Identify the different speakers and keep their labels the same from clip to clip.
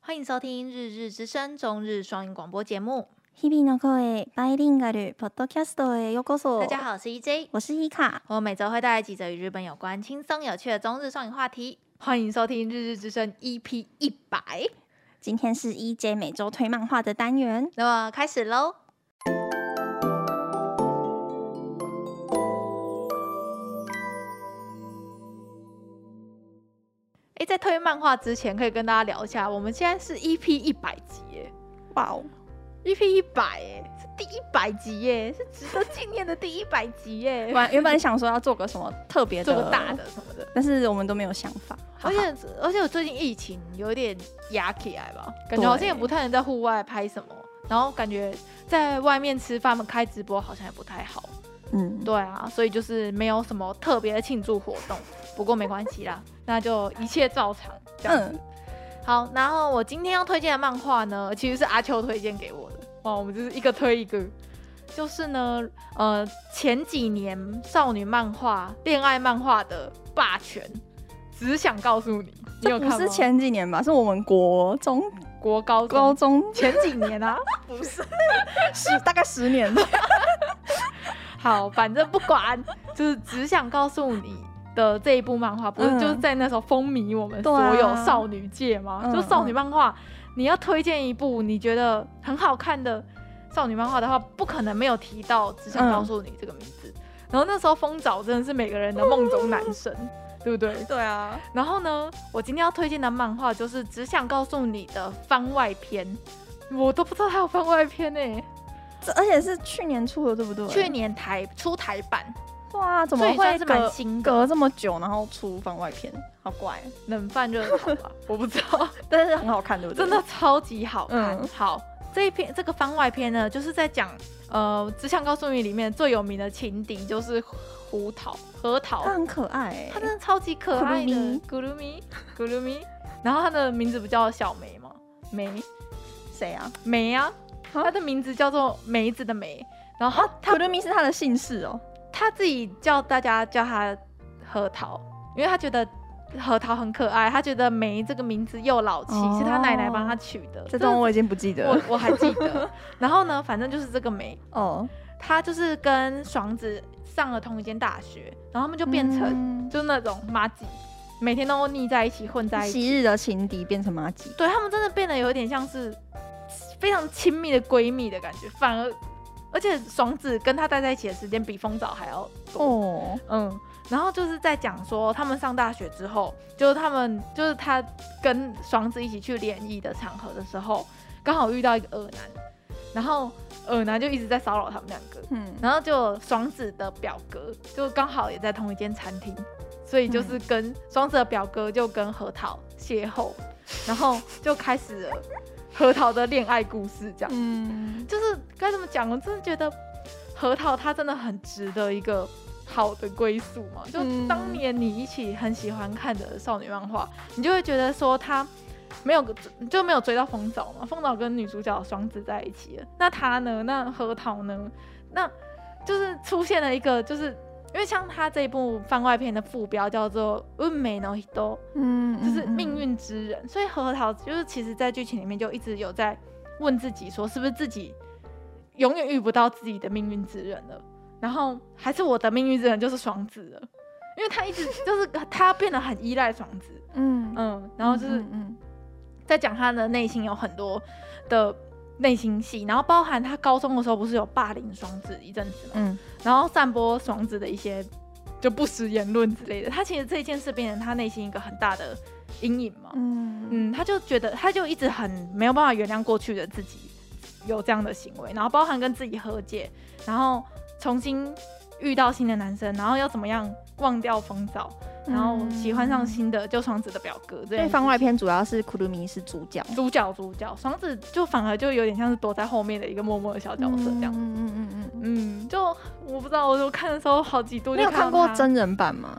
Speaker 1: 欢迎收听《日日之声》中日双语广播节目。
Speaker 2: 日々の声 Bilingual Podcast へようこ
Speaker 3: 哦
Speaker 2: そ。
Speaker 1: 大家，好，我是 EJ，
Speaker 2: 我是伊卡。
Speaker 1: 我每周会带来几则与日本有关、轻松有趣的中日双语话题。欢迎收听《日日之声》EP 一百。
Speaker 2: 今天是 EJ 每周推漫画的单元。
Speaker 1: 那么开始喽。哎，在推漫画之前，可以跟大家聊一下，我们现在是 EP 一百集耶
Speaker 2: 哇哦，
Speaker 1: ，EP 一百耶，是第一百集耶，是值得纪念的第一百集耶。
Speaker 2: 原原本想说要做个什么特别的，
Speaker 1: 做个大，的什么 的。
Speaker 2: 但是我们都没有想法。
Speaker 1: 而
Speaker 2: 哈哈
Speaker 1: 且而且我最近疫情有点压起来吧，感觉好像也不太能在户外拍什么，然后感觉在外面吃饭开直播好像也不太好。
Speaker 2: 嗯，
Speaker 1: 对啊，所以就是没有什么特别的庆祝活动，不过没关系啦，那就一切照常这样子。
Speaker 2: 嗯，
Speaker 1: 好，然后我今天要推荐的漫画呢，其实是阿秋推荐给我的。哇，我们就是一个推一个。就是呢，呃，前几年少女漫画、恋爱漫画的霸权，只想告诉你，你有
Speaker 2: 这
Speaker 1: 看
Speaker 2: 不
Speaker 1: 吗？
Speaker 2: 是前几年吧？是我们国中、
Speaker 1: 国高中
Speaker 2: 高中
Speaker 1: 前几年 啊，不是。
Speaker 2: 十大概十年吧。
Speaker 1: 好，反正不管，就是只想告诉你的这一部漫画，不是
Speaker 2: 嗯
Speaker 1: 就是在那时候风靡我们
Speaker 2: 对啊
Speaker 1: 所有少女界吗？
Speaker 2: 嗯
Speaker 1: 就少女漫画，你要推荐一部你觉得很好看的少女漫画的话，不可能没有提到《只
Speaker 2: 嗯
Speaker 1: 想告诉你》这个名字。然后那时候风早真的是每个人的梦中男神，对不对？
Speaker 2: 对啊，
Speaker 1: 然后呢，我今天要推荐的漫画就是《只想告诉你》的番外篇，我都不知道它有番外篇呢、
Speaker 2: 这而且是去年出的，对不对？
Speaker 1: 去年台出台版，
Speaker 2: 哇，怎
Speaker 1: 所
Speaker 2: 么
Speaker 1: 以算
Speaker 2: 会
Speaker 1: 是蛮
Speaker 2: 隔
Speaker 1: 新的。
Speaker 2: 隔这么久，然后出番外篇？好怪，
Speaker 1: 冷饭热炒吧， 我不知道，
Speaker 2: 但是很好看，对不对？
Speaker 1: 真的超级好看。
Speaker 2: 嗯
Speaker 1: 好，这一篇这个番外篇呢，就是在讲呃《只想告诉你》里面最有名的情敌就是胡桃核桃
Speaker 2: 它，很可爱欸，
Speaker 1: 它真的超级可爱的咕噜咪咕噜咪，然后它的名字不叫小梅吗？梅
Speaker 2: 谁啊？
Speaker 1: 梅啊，它的名字叫做梅子的梅，然后它
Speaker 2: 可鲁米是他的姓氏哦。
Speaker 1: 他自己叫大家叫他核桃，因为他觉得核桃很可爱，他觉得梅这个名字又老气，
Speaker 2: 哦
Speaker 1: 是他奶奶帮他取的。
Speaker 2: 这段我已经不记
Speaker 1: 这
Speaker 2: 得
Speaker 1: 个我
Speaker 2: 了。
Speaker 1: 我还记得。 然后呢，反正就是这个梅，
Speaker 2: 哦，
Speaker 1: 她就是跟爽子上了同一间大学，然后他们就变成、
Speaker 2: 嗯
Speaker 1: 就是那种妈吉，每天都腻在一起，混在一起。
Speaker 2: 昔日的情敌变成马吉，
Speaker 1: 对他们真的变得有点像是非常亲密的闺蜜的感觉，反而而且爽子跟她待在一起的时间比风早还要多。
Speaker 2: 哦，
Speaker 1: 嗯，然后就是在讲说他们上大学之后，就是他们就是他跟爽子一起去联谊的场合的时候，刚好遇到一个恶男，然后恶男就一直在骚扰他们两个，
Speaker 2: 嗯，
Speaker 1: 然后就爽子的表哥就刚好也在同一间餐厅，所以就是跟爽子的表哥就跟核桃邂逅，然后就开始了核桃的恋爱故事这样。
Speaker 2: 嗯，
Speaker 1: 就是该怎么讲，我真的觉得核桃它真的很值得一个好的归宿嘛。就
Speaker 2: 嗯
Speaker 1: 当年你一起很喜欢看的少女漫画，你就会觉得说它没有就没有追到风早嘛，风早跟女主角双子在一起了，那他呢？那核桃呢？那就是出现了一个就是。因为像他这部番外篇的副标叫做《运美 no hito》，
Speaker 2: 嗯，
Speaker 1: 就是命运之人。所以核桃就是其实，在剧情里面就一直有在问自己说，是不是自己永远遇不到自己的命运之人了？然后还是我的命运之人就是爽子了，因为他 一直就是他变得很依赖爽子，
Speaker 2: 嗯，嗯，
Speaker 1: 嗯，然后就是
Speaker 2: 嗯嗯，
Speaker 1: 在讲他的内心有很多的内心戏，然后包含他高中的时候不是有霸凌爽子一阵子嘛，
Speaker 2: 嗯，
Speaker 1: 然后散播爽子的一些就不实言论之类的，他其实这件事变成他内心一个很大的阴影嘛，
Speaker 2: 嗯，嗯，
Speaker 1: 嗯，他就觉得他就一直很没有办法原谅过去的自己有这样的行为，然后包含跟自己和解，然后重新遇到新的男生，然后要怎么样忘掉风骚，然后喜欢上新的就双子的表哥这
Speaker 2: 所以
Speaker 1: 样。
Speaker 2: 嗯番外篇主要是库鲁米是主角，
Speaker 1: 主角主角双子就反而就有点像是躲在后面的一个默默的小角色这样。
Speaker 2: 嗯嗯嗯嗯
Speaker 1: 嗯，就我不知道，我就看的时候好几度
Speaker 2: 嗯，
Speaker 1: 就
Speaker 2: 你有
Speaker 1: 看
Speaker 2: 看
Speaker 1: 到
Speaker 2: 过
Speaker 1: 他
Speaker 2: 真人版吗？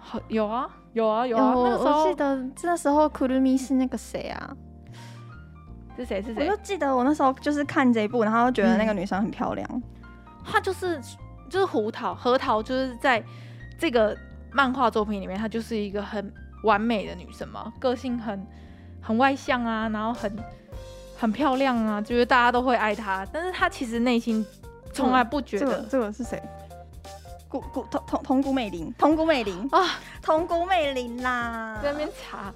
Speaker 1: 好有啊有啊有啊，那个时
Speaker 2: 我
Speaker 1: 候
Speaker 2: 记得那时候库鲁米是那个谁啊？
Speaker 1: 是谁是
Speaker 2: 我
Speaker 1: 谁嗯
Speaker 2: 就？记得我那时候就是看这一部，然后觉得那个女生很漂亮，
Speaker 1: 他就是就是胡桃，核桃就是在这个漫画作品里面，她就是一个很完美的女生嘛，个性很很外向啊，然后很很漂亮啊，就是大家都会爱她，但是她其实内心从来不觉
Speaker 3: 这个
Speaker 1: 得。
Speaker 3: 这个是谁？
Speaker 2: 古古同同同古美玲，同古美玲
Speaker 1: 啊，
Speaker 2: 同古美玲啦！
Speaker 1: 在那边查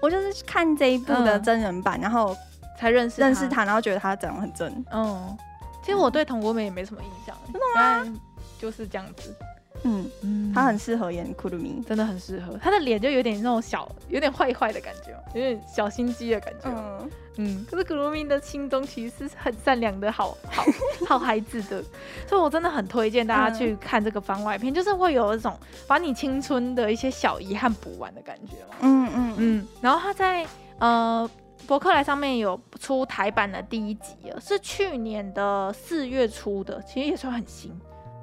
Speaker 2: 我就是看这一部的真人版，然后
Speaker 1: 才认识
Speaker 2: 认识，她，然后觉得她长得很正。
Speaker 1: 嗯，其实我对童国美也没什么印象，真的吗？就是这样子，
Speaker 2: 嗯，
Speaker 1: 嗯，
Speaker 2: 她很适合演库鲁米。
Speaker 1: 真的很适合，她的脸就有点那种小，有点坏坏的感觉，有点小心机的感觉，
Speaker 2: 嗯，
Speaker 1: 嗯，可是古如明的心中其实是很善良的好 好好孩子的，所以我真的很推荐大
Speaker 2: 嗯
Speaker 1: 家去看这个番外篇，就是会有一种把你青春的一些小遗憾补完的感觉嘛。
Speaker 2: 嗯嗯嗯，
Speaker 1: 嗯，然后他在呃博客来上面有出台版的第一集了，是去年的四月初的，其实也算很新，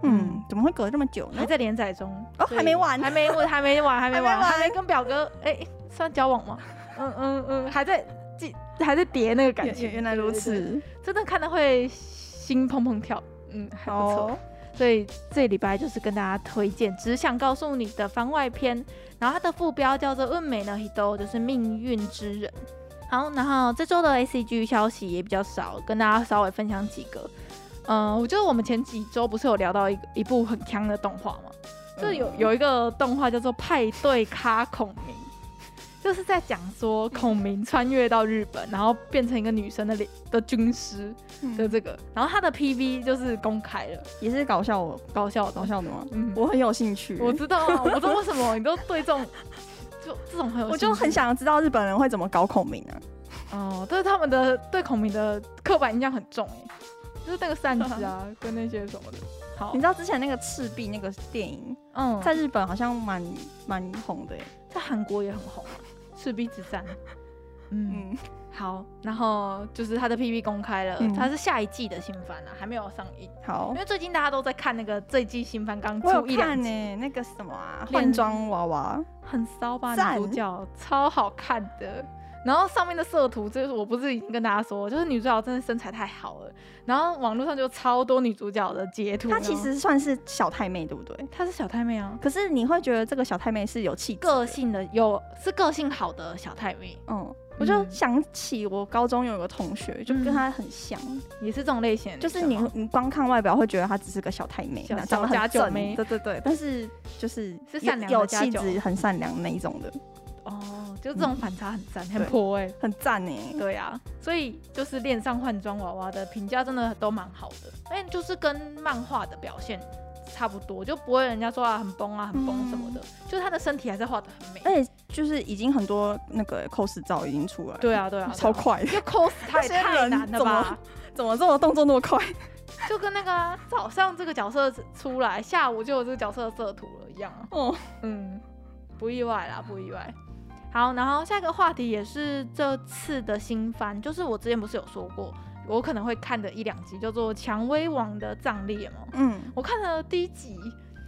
Speaker 2: 嗯，怎么会隔这么久呢
Speaker 1: 还？在连载中
Speaker 2: 哦
Speaker 1: 所以
Speaker 2: 还没完
Speaker 1: 还没完，还没 完，还没
Speaker 2: 还
Speaker 1: 完，
Speaker 2: 没完
Speaker 1: 还没跟表哥哎、算交往吗？嗯嗯嗯，还在记，还在叠那个感
Speaker 2: 原
Speaker 1: 情，
Speaker 2: 原原来如
Speaker 1: 对，对对
Speaker 2: 此，
Speaker 1: 真的看的会心砰砰跳，嗯，还不错。
Speaker 2: 哦，
Speaker 1: 所以这礼拜就是跟大家推荐《只想告诉你》的番外篇，然后它的副标叫做《运美呢 h i d o 就是命运之人。好，然后这周的 A C G 消息也比较少，跟大家稍微分享几个。嗯，我觉得我们前几周不是有聊到一个一部很强的动画吗？
Speaker 3: 嗯
Speaker 1: 就有有一个动画叫做《派对咖孔明》，就是在讲说孔明穿越到日本，然后变成一个女生的脸的军师的
Speaker 2: 嗯
Speaker 1: 这个，然后他的 P V 就是公开了，
Speaker 3: 也是搞笑我
Speaker 1: 搞笑的东
Speaker 3: 搞
Speaker 1: 西。
Speaker 3: 笑的吗？
Speaker 1: 嗯，
Speaker 3: 我很有兴趣，
Speaker 1: 我知道啊，我不知道为什么你都对这种就这种很有，
Speaker 3: 我就很。想知道日本人会怎么搞孔明啊。
Speaker 1: 哦，对他们的对孔明的刻板印象很重哎，就是那个扇子 啊，跟那些什么的。好
Speaker 3: 你，知道之前那个赤壁那个电影，
Speaker 1: 哦嗯，在
Speaker 3: 在日本好像蛮蛮红的耶。
Speaker 1: 在韩国也很红，赤壁之 战。嗯，
Speaker 3: 啊嗯，
Speaker 1: 好，然后就是他的 P P 公开了
Speaker 3: 嗯，
Speaker 1: 他是下一季的新番啊，还没有上映，
Speaker 3: 好
Speaker 1: 因，为最近大家都在看那个这一季新番刚
Speaker 3: 我有
Speaker 1: 出一
Speaker 3: 看
Speaker 1: 两
Speaker 3: 呢、
Speaker 1: 集，
Speaker 3: 那个什么啊，
Speaker 1: 恋
Speaker 3: 换装娃娃，
Speaker 1: 很骚吧？
Speaker 3: 赞
Speaker 1: 女主角超好看的。然后上面的色图，就是我不是已经跟大家说，就是女主角真的身材太好了。然后网络上就超多女主角的截图。
Speaker 3: 她其实算是小太妹，对不对？
Speaker 1: 她是小太妹啊，
Speaker 3: 可是你会觉得这个小太妹是有气质的，
Speaker 1: 个性的有是个性好的小太妹，
Speaker 3: 嗯，我就想起我高中有个同学，就跟
Speaker 1: 嗯
Speaker 3: 她很像，
Speaker 1: 也是这种类型的女
Speaker 3: 就
Speaker 1: 生
Speaker 3: 是你
Speaker 1: 吗
Speaker 3: 你光看外表会觉得她只是个小太妹，
Speaker 1: 小
Speaker 3: 长得
Speaker 1: 小家
Speaker 3: 很
Speaker 1: 九
Speaker 3: 正
Speaker 1: 妹
Speaker 3: 对对对，但是就是
Speaker 1: 是
Speaker 3: 有
Speaker 1: 善良的
Speaker 3: 有
Speaker 1: 家
Speaker 3: 气
Speaker 1: 九
Speaker 3: 质、很善良那一种的，
Speaker 1: 哦，就这种反差很赞，很
Speaker 3: 嗯对
Speaker 1: 泼哎、
Speaker 3: 很赞呢、欸
Speaker 1: 对啊，所以就是恋上换装娃娃的评价真的都蛮好的，哎，就是跟漫画的表现差不多，就不会人家说啊很崩啊很崩什么的，
Speaker 3: 嗯
Speaker 1: 就是她的身体还是画的很美。
Speaker 3: 而且就是已经很多那个 cos 照已经出来了，
Speaker 1: 对啊， 对啊，对啊
Speaker 3: 超。快 的，
Speaker 1: 就 cos 太
Speaker 3: 那些
Speaker 1: 太
Speaker 3: 人
Speaker 1: 难了
Speaker 3: 怎么
Speaker 1: 吧？
Speaker 3: 怎么这么动作那么快？
Speaker 1: 就跟那个啊、早上这个角色出来，下午就有这个角色的色图了一样啊。
Speaker 3: 哦，
Speaker 1: 嗯，不意外啦，不意外。好，然后下一个话题也是这次的新番，就是我之前不是有说过，我可能会看的一两集，叫做《蔷薇王的葬列》吗？
Speaker 3: 嗯，
Speaker 1: 我看了第一集，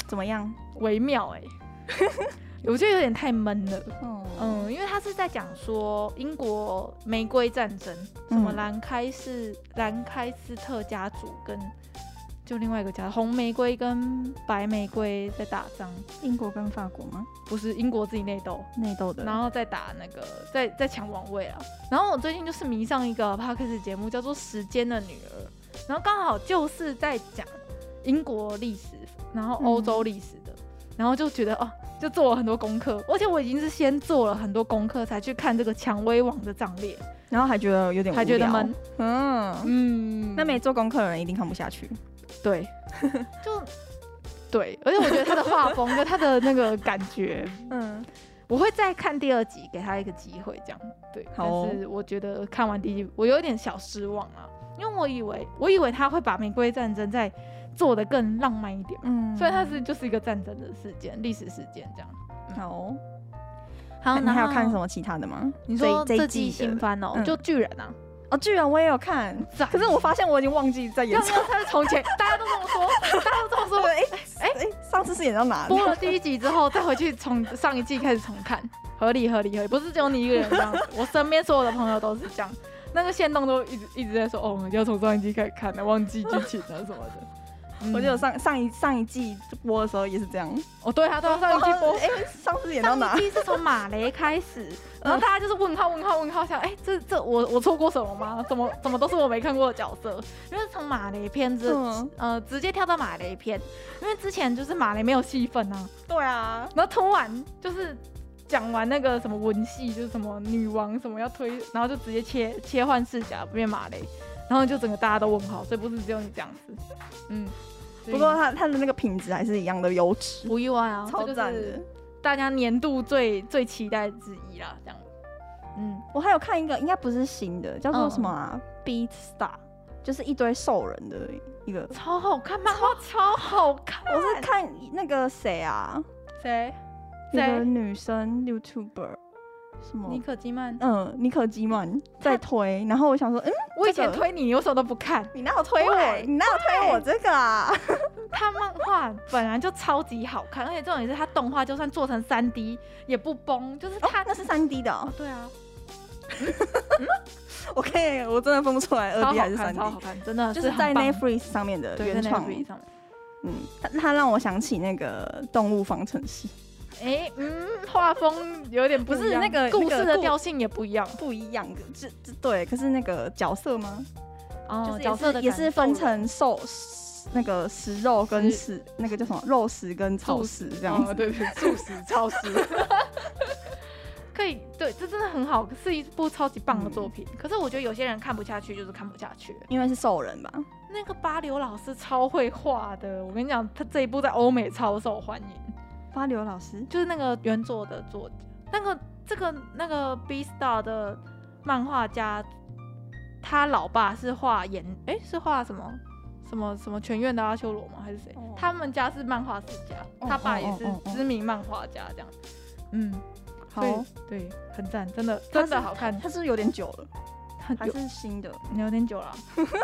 Speaker 3: 怎么样？
Speaker 1: 微妙哎、 我觉得有点太闷了。
Speaker 3: 嗯，
Speaker 1: 嗯，因为他是在讲说英国玫瑰战争，什么
Speaker 3: 嗯
Speaker 1: 兰开士、兰开斯特家族跟就另外一个家，红玫瑰跟白玫瑰在打仗，
Speaker 3: 英国跟法国吗？
Speaker 1: 不是英国自己内斗，
Speaker 3: 内斗的，
Speaker 1: 然
Speaker 3: 后
Speaker 1: 后再打那个再再抢王位啊。然后我最近就是迷上一个 podcast 节目，叫做《时间的女儿》，然后刚好就是在讲英国历史，然后欧洲历史的，然后就觉得哦，就做了很多功课，而且我已经是先做了很多功课才去看这个《蔷薇王的葬列
Speaker 3: 然后还觉得有点》，
Speaker 1: 还觉得
Speaker 3: 无聊
Speaker 1: 闷，。
Speaker 3: 嗯，
Speaker 1: 嗯，
Speaker 3: 那没做功课的人一定看不下去。
Speaker 1: 对， 就对，而且我觉得他的画风跟他的那个感觉
Speaker 3: 嗯，
Speaker 1: 我会再看第二集，给他一个机会，这样对。
Speaker 3: 好哦
Speaker 1: 但是我觉得看完第一集，我有点小失望啊，因为我以为我以为他会把玫瑰战争再做得更浪漫一点，
Speaker 3: 嗯
Speaker 1: 所以它是就是一个战争的事件，历史事件这样。
Speaker 3: 好。
Speaker 1: 好
Speaker 3: 哎那你还有看什
Speaker 1: 么？
Speaker 3: 么其他的吗？
Speaker 1: 你说
Speaker 3: 这
Speaker 1: 这
Speaker 3: 一
Speaker 1: 季
Speaker 3: 季的
Speaker 1: 新番哦，
Speaker 3: 嗯
Speaker 1: 就巨人啊，
Speaker 3: 哦，巨人我也有 看，
Speaker 1: 赞
Speaker 3: 可是我发现我已经忘记在演
Speaker 1: 要
Speaker 3: 什
Speaker 1: 要他是从前， 大家都这么说，大家都这么
Speaker 3: 么。
Speaker 1: 说。
Speaker 3: 哎哎哎，上次是演到哪里
Speaker 1: 播？了第一集之后，再回去从上一季开始重看，合理合理合理，不是只有你一个人这样子，我身边所有的朋友都是这样，啊那个线动都一直一直在说，哦，要从上一季开始看了，忘记剧情了什么的。
Speaker 3: 我记得我上上一上一季播的时候也是这样，
Speaker 1: 哦，对啊，对啊，上一季播
Speaker 3: 哎、上次演到哪
Speaker 1: 上一？季是从马雷开始， 然后大家就是问号问号问号，想哎、这这我我错过什么吗？怎么怎么都是我没看过的角色？因为从马雷片之、
Speaker 3: 嗯
Speaker 1: 呃直接跳到马雷片，因为之前就是马雷没有戏份啊，
Speaker 3: 对啊，
Speaker 1: 然后突然就是讲完那个什么文戏，就是什么女王什么要推，然后就直接切切换视角变马雷，然后就整个大家都问号，所以不是只有你这样子，嗯，
Speaker 3: 不过他他的那个品质还是一样的优质，
Speaker 1: 不意外啊，
Speaker 3: 超
Speaker 1: 这就
Speaker 3: 赞
Speaker 1: 是
Speaker 3: 的。
Speaker 1: 大家年度最最期待之一啦，这样。嗯，
Speaker 3: 我还有看一个，应该不是新的，叫做
Speaker 1: 嗯
Speaker 3: 什么啊、Beat Star，就是一堆兽人的一个。
Speaker 1: 超好看，漫画超好看。
Speaker 3: 我是看那个谁啊，
Speaker 1: 谁？
Speaker 3: 那个
Speaker 1: 谁
Speaker 3: 女生 YouTuber，什么
Speaker 1: 妮？可基曼。
Speaker 3: 嗯，妮可基曼在推，然后我想说，嗯，
Speaker 1: 我以前
Speaker 3: 这个
Speaker 1: 推你，你为什么都不看？
Speaker 3: 你哪有推我？
Speaker 1: 喂
Speaker 3: 你哪有推我这个啊？
Speaker 1: 他漫画本来就超级好看，而且重点是他动画就算做成三 D 也不崩，就是
Speaker 3: 哦
Speaker 1: 他、，
Speaker 3: 那是三 D 的、哦
Speaker 1: 哦，对啊，
Speaker 3: 我可以，我真的分不出来
Speaker 1: 超
Speaker 3: 二 D 还
Speaker 1: 好
Speaker 3: 是三
Speaker 1: 看，
Speaker 3: D，
Speaker 1: 超好看，真的
Speaker 3: 就是
Speaker 1: 很
Speaker 3: 在
Speaker 1: 棒
Speaker 3: Netflix 上面的
Speaker 1: 对
Speaker 3: 原
Speaker 1: 在
Speaker 3: 创。
Speaker 1: Netflix 上面。
Speaker 3: 嗯，它它让我想起那个《动物方程式》，
Speaker 1: 哎、嗯，画风有点
Speaker 3: 不是
Speaker 1: 一样
Speaker 3: 那个
Speaker 1: 故
Speaker 3: 那
Speaker 1: 事
Speaker 3: 个
Speaker 1: 的
Speaker 3: 故
Speaker 1: 调性也不一样，
Speaker 3: 不一样的，这这对，可是那个角色吗？
Speaker 1: 哦，
Speaker 3: 就是也
Speaker 1: 角色的
Speaker 3: 是也
Speaker 1: 感
Speaker 3: 是分
Speaker 1: 受了哦
Speaker 3: 成瘦那个食肉跟食那个叫什么肉食跟草食这样
Speaker 1: 哦
Speaker 3: 子。
Speaker 1: 对对，素食、 超食，可以，对，这真的很好，是一部超级棒的作品。
Speaker 3: 嗯
Speaker 1: 可是我觉得有些人看不下去，就是看不下去。
Speaker 3: 因为是兽人吧，
Speaker 1: 那个八流老师超会画的，我跟你讲，他这一部在欧美超受欢迎，
Speaker 3: 巴流老师
Speaker 1: 就是那个原作的作者，那个这个那个 B Star 的漫画家，他老爸是画演，诶，是画什么？什么什么全院的阿修罗吗？还是谁
Speaker 3: 哦
Speaker 1: 他们家是漫画世家，
Speaker 3: 哦
Speaker 1: 他爸
Speaker 3: 哦
Speaker 1: 也
Speaker 3: 哦
Speaker 1: 是
Speaker 3: 哦哦
Speaker 1: 知名漫画家，这样。嗯，
Speaker 3: 好，
Speaker 1: 对，对，很赞，真的
Speaker 3: 它
Speaker 1: 真的
Speaker 3: 是
Speaker 1: 好看，
Speaker 3: 它是不是有点久了，
Speaker 1: 很
Speaker 3: 还
Speaker 1: 有
Speaker 3: 是新的。
Speaker 1: 有点 久了。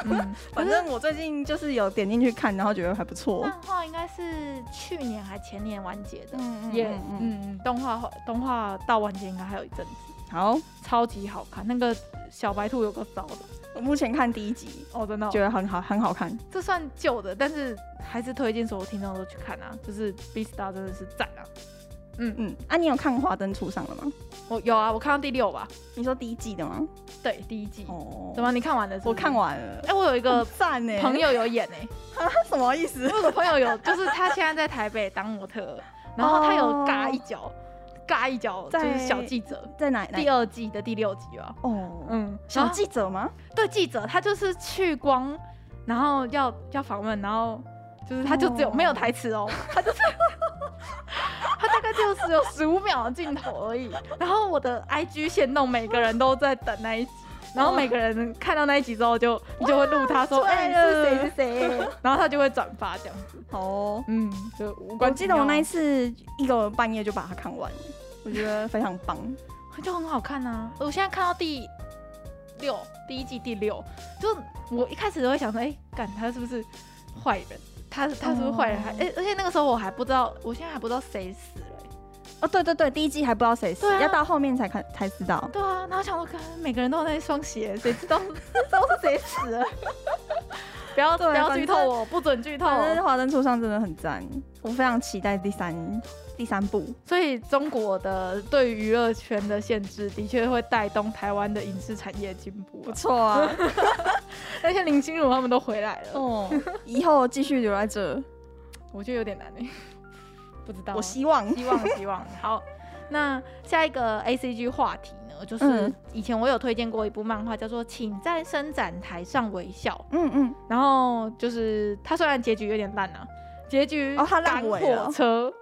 Speaker 1: 嗯，
Speaker 3: 反正我最近就是有点进去看，然后觉得还不错。
Speaker 1: 漫画应该是去年还前年完结的，
Speaker 3: 嗯
Speaker 1: 也嗯，动画动画到完结应该还有一阵子，
Speaker 3: 好，
Speaker 1: 超级好看。那个小白兔有个骚的，
Speaker 3: 我目前看第一集，
Speaker 1: 哦，真的哦
Speaker 3: 觉得很好，很好看。
Speaker 1: 这算旧的，但是还是推荐所有听众都去看啊，就是《B Star》真的是赞啊。嗯，
Speaker 3: 嗯，啊，你有看《华灯初上》了吗？
Speaker 1: 我有啊，我看到第六吧，
Speaker 3: 你说第一季的吗？
Speaker 1: 对，第一季。
Speaker 3: 哦
Speaker 1: 怎么？？你看完了是不
Speaker 3: 我
Speaker 1: 是
Speaker 3: 看。完嗯了。
Speaker 1: 哎，我有一个
Speaker 3: 很赞呢，
Speaker 1: 朋友有演诶，
Speaker 3: 他什么意思？
Speaker 1: 我有个朋友有，就是他现在在台北当模特儿，然后他有嘎一脚，嘎一脚就是
Speaker 3: 哦在
Speaker 1: 小记者，
Speaker 3: 在哪？哪
Speaker 1: 第二季的第六集吧。
Speaker 3: 哦，嗯，
Speaker 1: 嗯，
Speaker 3: 小
Speaker 1: 然后
Speaker 3: 记者吗？
Speaker 1: 对记者，他就是去光，然后要要访问，然后就是他就只有、
Speaker 3: 哦
Speaker 1: 没有台词哦，他就是 他大概就只有十五秒的镜头而已。然后我的 IG 线动，每个人都在等那一集。然后每个人看到那一集之后就，你就会录他说，
Speaker 3: 帅
Speaker 1: 哎、
Speaker 3: 了
Speaker 1: 是谁是 谁，然后他就会转发这样子。
Speaker 3: 好哦，
Speaker 1: 嗯，就无
Speaker 3: 我
Speaker 1: 关
Speaker 3: 记
Speaker 1: 紧
Speaker 3: 得
Speaker 1: 要。
Speaker 3: 我那一次一个半夜就把它看完了，我觉得非常棒。
Speaker 1: 就很好看啊！我现在看到第六第一季第六，就我一开始都会想说，哎、干他是不是坏人？他他是不是坏人？还、
Speaker 3: 哦
Speaker 1: 哎，而且那个时候我还不知道，我现在还不知道谁死了、哎
Speaker 3: 哦，对对对，第一季还不知道谁死，
Speaker 1: 对啊
Speaker 3: 要到后面才看才知道。
Speaker 1: 对啊，然后想说，看每个人都有那一双鞋，谁知道 知道是谁死 了？不要
Speaker 3: 对
Speaker 1: 不要
Speaker 3: 反
Speaker 1: 剧
Speaker 3: 正
Speaker 1: 透我，不准剧透
Speaker 3: 反正《
Speaker 1: 哦。
Speaker 3: 华灯初上》真的很赞，我非常期待第三第三部。
Speaker 1: 所以中国的对娱乐圈的限制，的确会带动台湾的影视产业进步、
Speaker 3: 不
Speaker 1: 啊。
Speaker 3: 错啊，
Speaker 1: 那些林心如他们都回来了，
Speaker 3: 哦， 以后继续留在 这，
Speaker 1: 我觉得有点难哎、 不知道啊。
Speaker 3: 我希望。
Speaker 1: 希望 希望。好，那下一个 A C G 话题呢，就是
Speaker 3: 嗯
Speaker 1: 以前我有推荐过一部漫画，叫做《请在伸展台上微笑》，
Speaker 3: 嗯嗯，
Speaker 1: 然后就是它虽然结局有点烂啊，结局
Speaker 3: 哦它烂
Speaker 1: 赶
Speaker 3: 尾了
Speaker 1: 火车。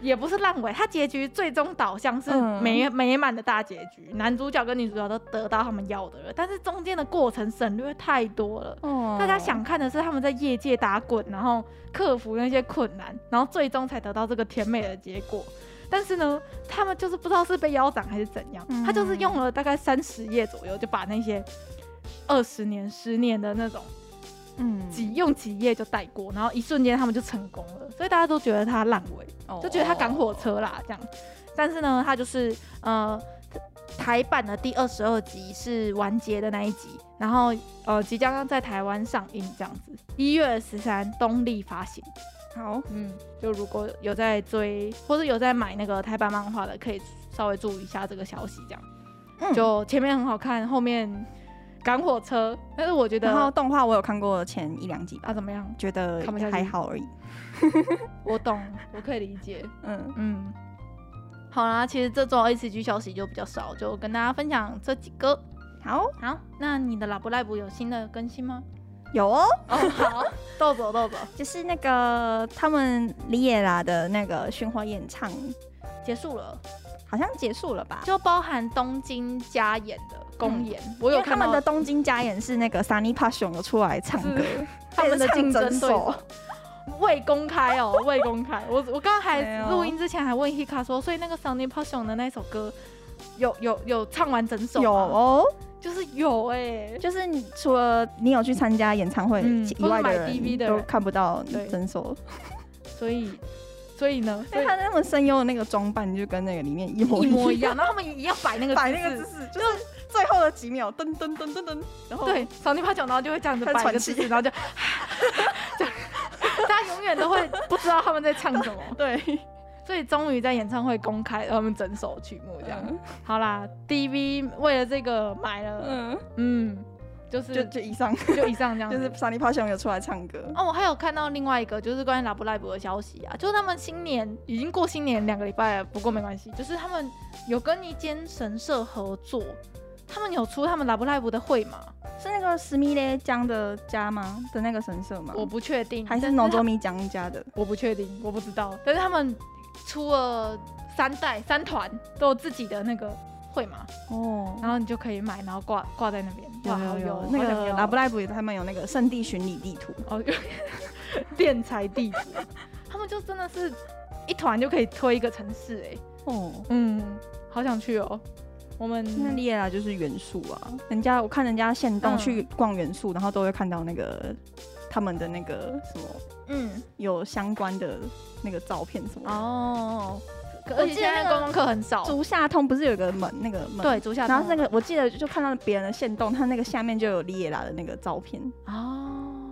Speaker 1: 也不是烂尾，它结局最终导向是
Speaker 3: 嗯
Speaker 1: 美、美满的大结局，男主角跟女主角都得到他们要的了，但是中间的过程省略太多了，
Speaker 3: 哦
Speaker 1: 大家想看的是他们在业界打滚，然后克服那些困难，然后最终才得到这个甜美的结果。但是呢，他们就是不知道是被腰斩还是怎样，
Speaker 3: 嗯
Speaker 1: 他就是用了大概三十页左右，就把那些二十年、十年的那种
Speaker 3: 嗯
Speaker 1: 几用几页就带过，然后一瞬间他们就成功了，所以大家都觉得他
Speaker 3: 哦
Speaker 1: 烂尾。就觉得他赶火车啦，这样。但是呢，他就是呃，他台版的第二十二集是完结的那一集，然后呃即将要在台湾上映，这样子，一月十三东立发行。
Speaker 3: 好，
Speaker 1: 嗯，就如果有在追或者有在买那个台版漫画的，可以稍微注意一下这个消息，这样。
Speaker 3: 嗯
Speaker 1: 就前面很好看，后面赶火车，但是我觉得
Speaker 3: 然后动画我有看过前一两集吧，
Speaker 1: 啊怎么样？
Speaker 3: 觉得
Speaker 1: 看不下去
Speaker 3: 还好而已。
Speaker 1: 我懂，我可以理解。
Speaker 3: 嗯，
Speaker 1: 嗯，好啦，其实这周 A C G 消息就比较少，就跟大家分享这几个。
Speaker 3: 好，
Speaker 1: 好，那你的拉布赖布有新的更新吗？
Speaker 3: 有哦，
Speaker 1: 哦，好， 豆走豆走，
Speaker 3: 就是那个他们李野拉的那个巡回演唱
Speaker 1: 结束了，
Speaker 3: 好像结束了吧？
Speaker 1: 就包含东京加演的公演，嗯我
Speaker 3: 因
Speaker 1: 有
Speaker 3: 为他
Speaker 1: 看
Speaker 3: 们
Speaker 1: 到
Speaker 3: 的东京加演是那个 Sunny Passion 有出来唱歌，
Speaker 1: 是他们的竞争对手。啊未公开哦，未公开。我我刚刚
Speaker 3: 没
Speaker 1: 还
Speaker 3: 有
Speaker 1: 录音之前还问 Hika 说，所以那个 Sunny Passion 的那首歌有有有唱完整首吗
Speaker 3: 有哦，
Speaker 1: 就是有哎、
Speaker 3: 就是你除了你有去参加演唱会
Speaker 1: 嗯
Speaker 3: 以外
Speaker 1: 或是买
Speaker 3: 人，
Speaker 1: DV 的
Speaker 3: 都
Speaker 1: 人
Speaker 3: 看不到
Speaker 1: 对
Speaker 3: 真手，
Speaker 1: 所以所以呢，
Speaker 3: 因为他那么声优的那个装扮就跟那个里面一 模
Speaker 1: 一模一样，
Speaker 3: 样，
Speaker 1: 然后他们也要摆那个
Speaker 3: 摆那个
Speaker 1: 姿
Speaker 3: 姿
Speaker 1: 势。
Speaker 3: 势就是最后的几秒，噔噔噔噔噔，然后
Speaker 1: 对，扫地趴脚，然后就会这样子
Speaker 3: 开始
Speaker 1: 摆一个
Speaker 3: 喘
Speaker 1: 姿
Speaker 3: 气
Speaker 1: 势，然 后就， 这样大家永远都会不知道他们在唱什么，
Speaker 3: 对，
Speaker 1: 所以终于在演唱会公开他们整首曲目这样。
Speaker 3: 嗯
Speaker 1: 好啦，DV 为了这个买了，
Speaker 3: 嗯，
Speaker 1: 嗯，就是
Speaker 3: 就就以上
Speaker 1: 就以上这样
Speaker 3: 就
Speaker 1: 子。
Speaker 3: 是 Sunny Passion 有出来唱歌，
Speaker 1: 哦，我还有看到另外一个，就是关于拉布赖布的消息啊，就是他们新年已经过新年两个礼拜了，不过没关系，就是他们有跟一间神社合作，他们有出他们拉布赖布的会嘛？
Speaker 3: 是那个史密勒江的家吗？的那个神社吗？
Speaker 1: 我不确定，
Speaker 3: 还是
Speaker 1: 但
Speaker 3: 农
Speaker 1: 他
Speaker 3: 州米江家的，
Speaker 1: 我不确定，我不知道。但是他们出了三代三团都有自己的那个会嘛，
Speaker 3: 哦
Speaker 1: 然后你就可以买，然后挂挂在那边。哇，好有
Speaker 3: 那
Speaker 1: 好
Speaker 3: 个
Speaker 1: 有
Speaker 3: 拉布赖布他们有那个圣地巡礼地图，
Speaker 1: 哦， 电财地图， 他们就真的是一团就可以推一个城市哎、
Speaker 3: 哦，
Speaker 1: 嗯，好想去哦。我们
Speaker 3: 那利亚就是元素啊，人家我看人家现动
Speaker 1: 嗯
Speaker 3: 去逛元素，然后都会看到那个他们的那个什么
Speaker 1: 嗯
Speaker 3: 有相关的那个照片什么的。
Speaker 1: 哦，可
Speaker 3: 我
Speaker 1: 而且
Speaker 3: 记得
Speaker 1: 现在
Speaker 3: 那个
Speaker 1: 观光客很少，
Speaker 3: 足下通不是有个门那个门？。
Speaker 1: 对，足下
Speaker 3: 然后是那
Speaker 1: 个
Speaker 3: 个我记得就看到别人的线动，他那个下面就有利耶拉的那个照片，
Speaker 1: 哦，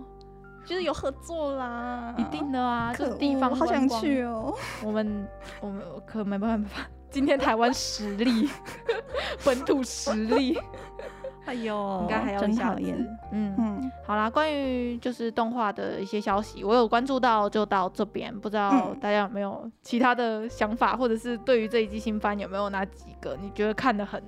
Speaker 3: 就是有合作啦，
Speaker 1: 一定的啊，
Speaker 3: 可
Speaker 1: 就
Speaker 3: 恶。
Speaker 1: 是地方
Speaker 3: 我好想
Speaker 1: 观光
Speaker 3: 去哦。
Speaker 1: 我们我们可没办法，今天台湾实力， 本土实力，
Speaker 3: 哎 呦
Speaker 1: 应该还要一
Speaker 3: 真
Speaker 1: 下
Speaker 3: 讨
Speaker 1: 子
Speaker 3: 厌。。
Speaker 1: 嗯，
Speaker 3: 嗯，
Speaker 1: 好啦，关于就是动画的一些消息，我有关注到，就到这边。不知道
Speaker 3: 嗯
Speaker 1: 大家有没有其他的想法，或者是对于这一季新番有没有哪几个你觉得看的很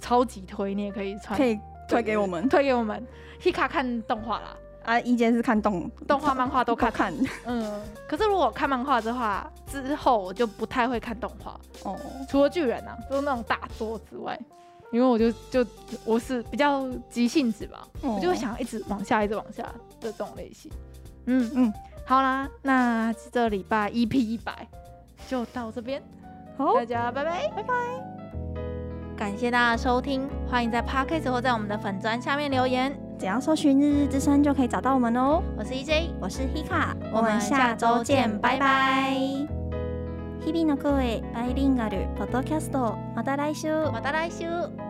Speaker 1: 超级推，你也可以传
Speaker 3: 可以推给我 们
Speaker 1: 推给我们。Hika 看动画啦，
Speaker 3: 啊！一间是看动
Speaker 1: 动 画、漫画都看。
Speaker 3: 看
Speaker 1: 嗯，可是如果看漫画的话，之后我就不太会看动画。
Speaker 3: 哦。
Speaker 1: 除了巨人啊，就是那种大作之外，因为我就就我是比较急性子吧，我
Speaker 3: 我
Speaker 1: 就会，想一直往下，一直往下的这种类型。嗯嗯
Speaker 3: 嗯，
Speaker 1: 好啦，那这礼拜 EP 一百就到这边，
Speaker 3: 好
Speaker 1: 大家拜拜，拜拜。感谢大家收听，欢迎在 Podcast 或在我们的粉砖下面留言。
Speaker 2: 只要搜寻“日日之声”就可以找到我们哦。
Speaker 1: 我是 E EJ，
Speaker 2: 我是 Hika，
Speaker 1: 我们下周见拜拜
Speaker 2: 日々の声バイリンガルポッドキャストまた来週。
Speaker 1: また来週。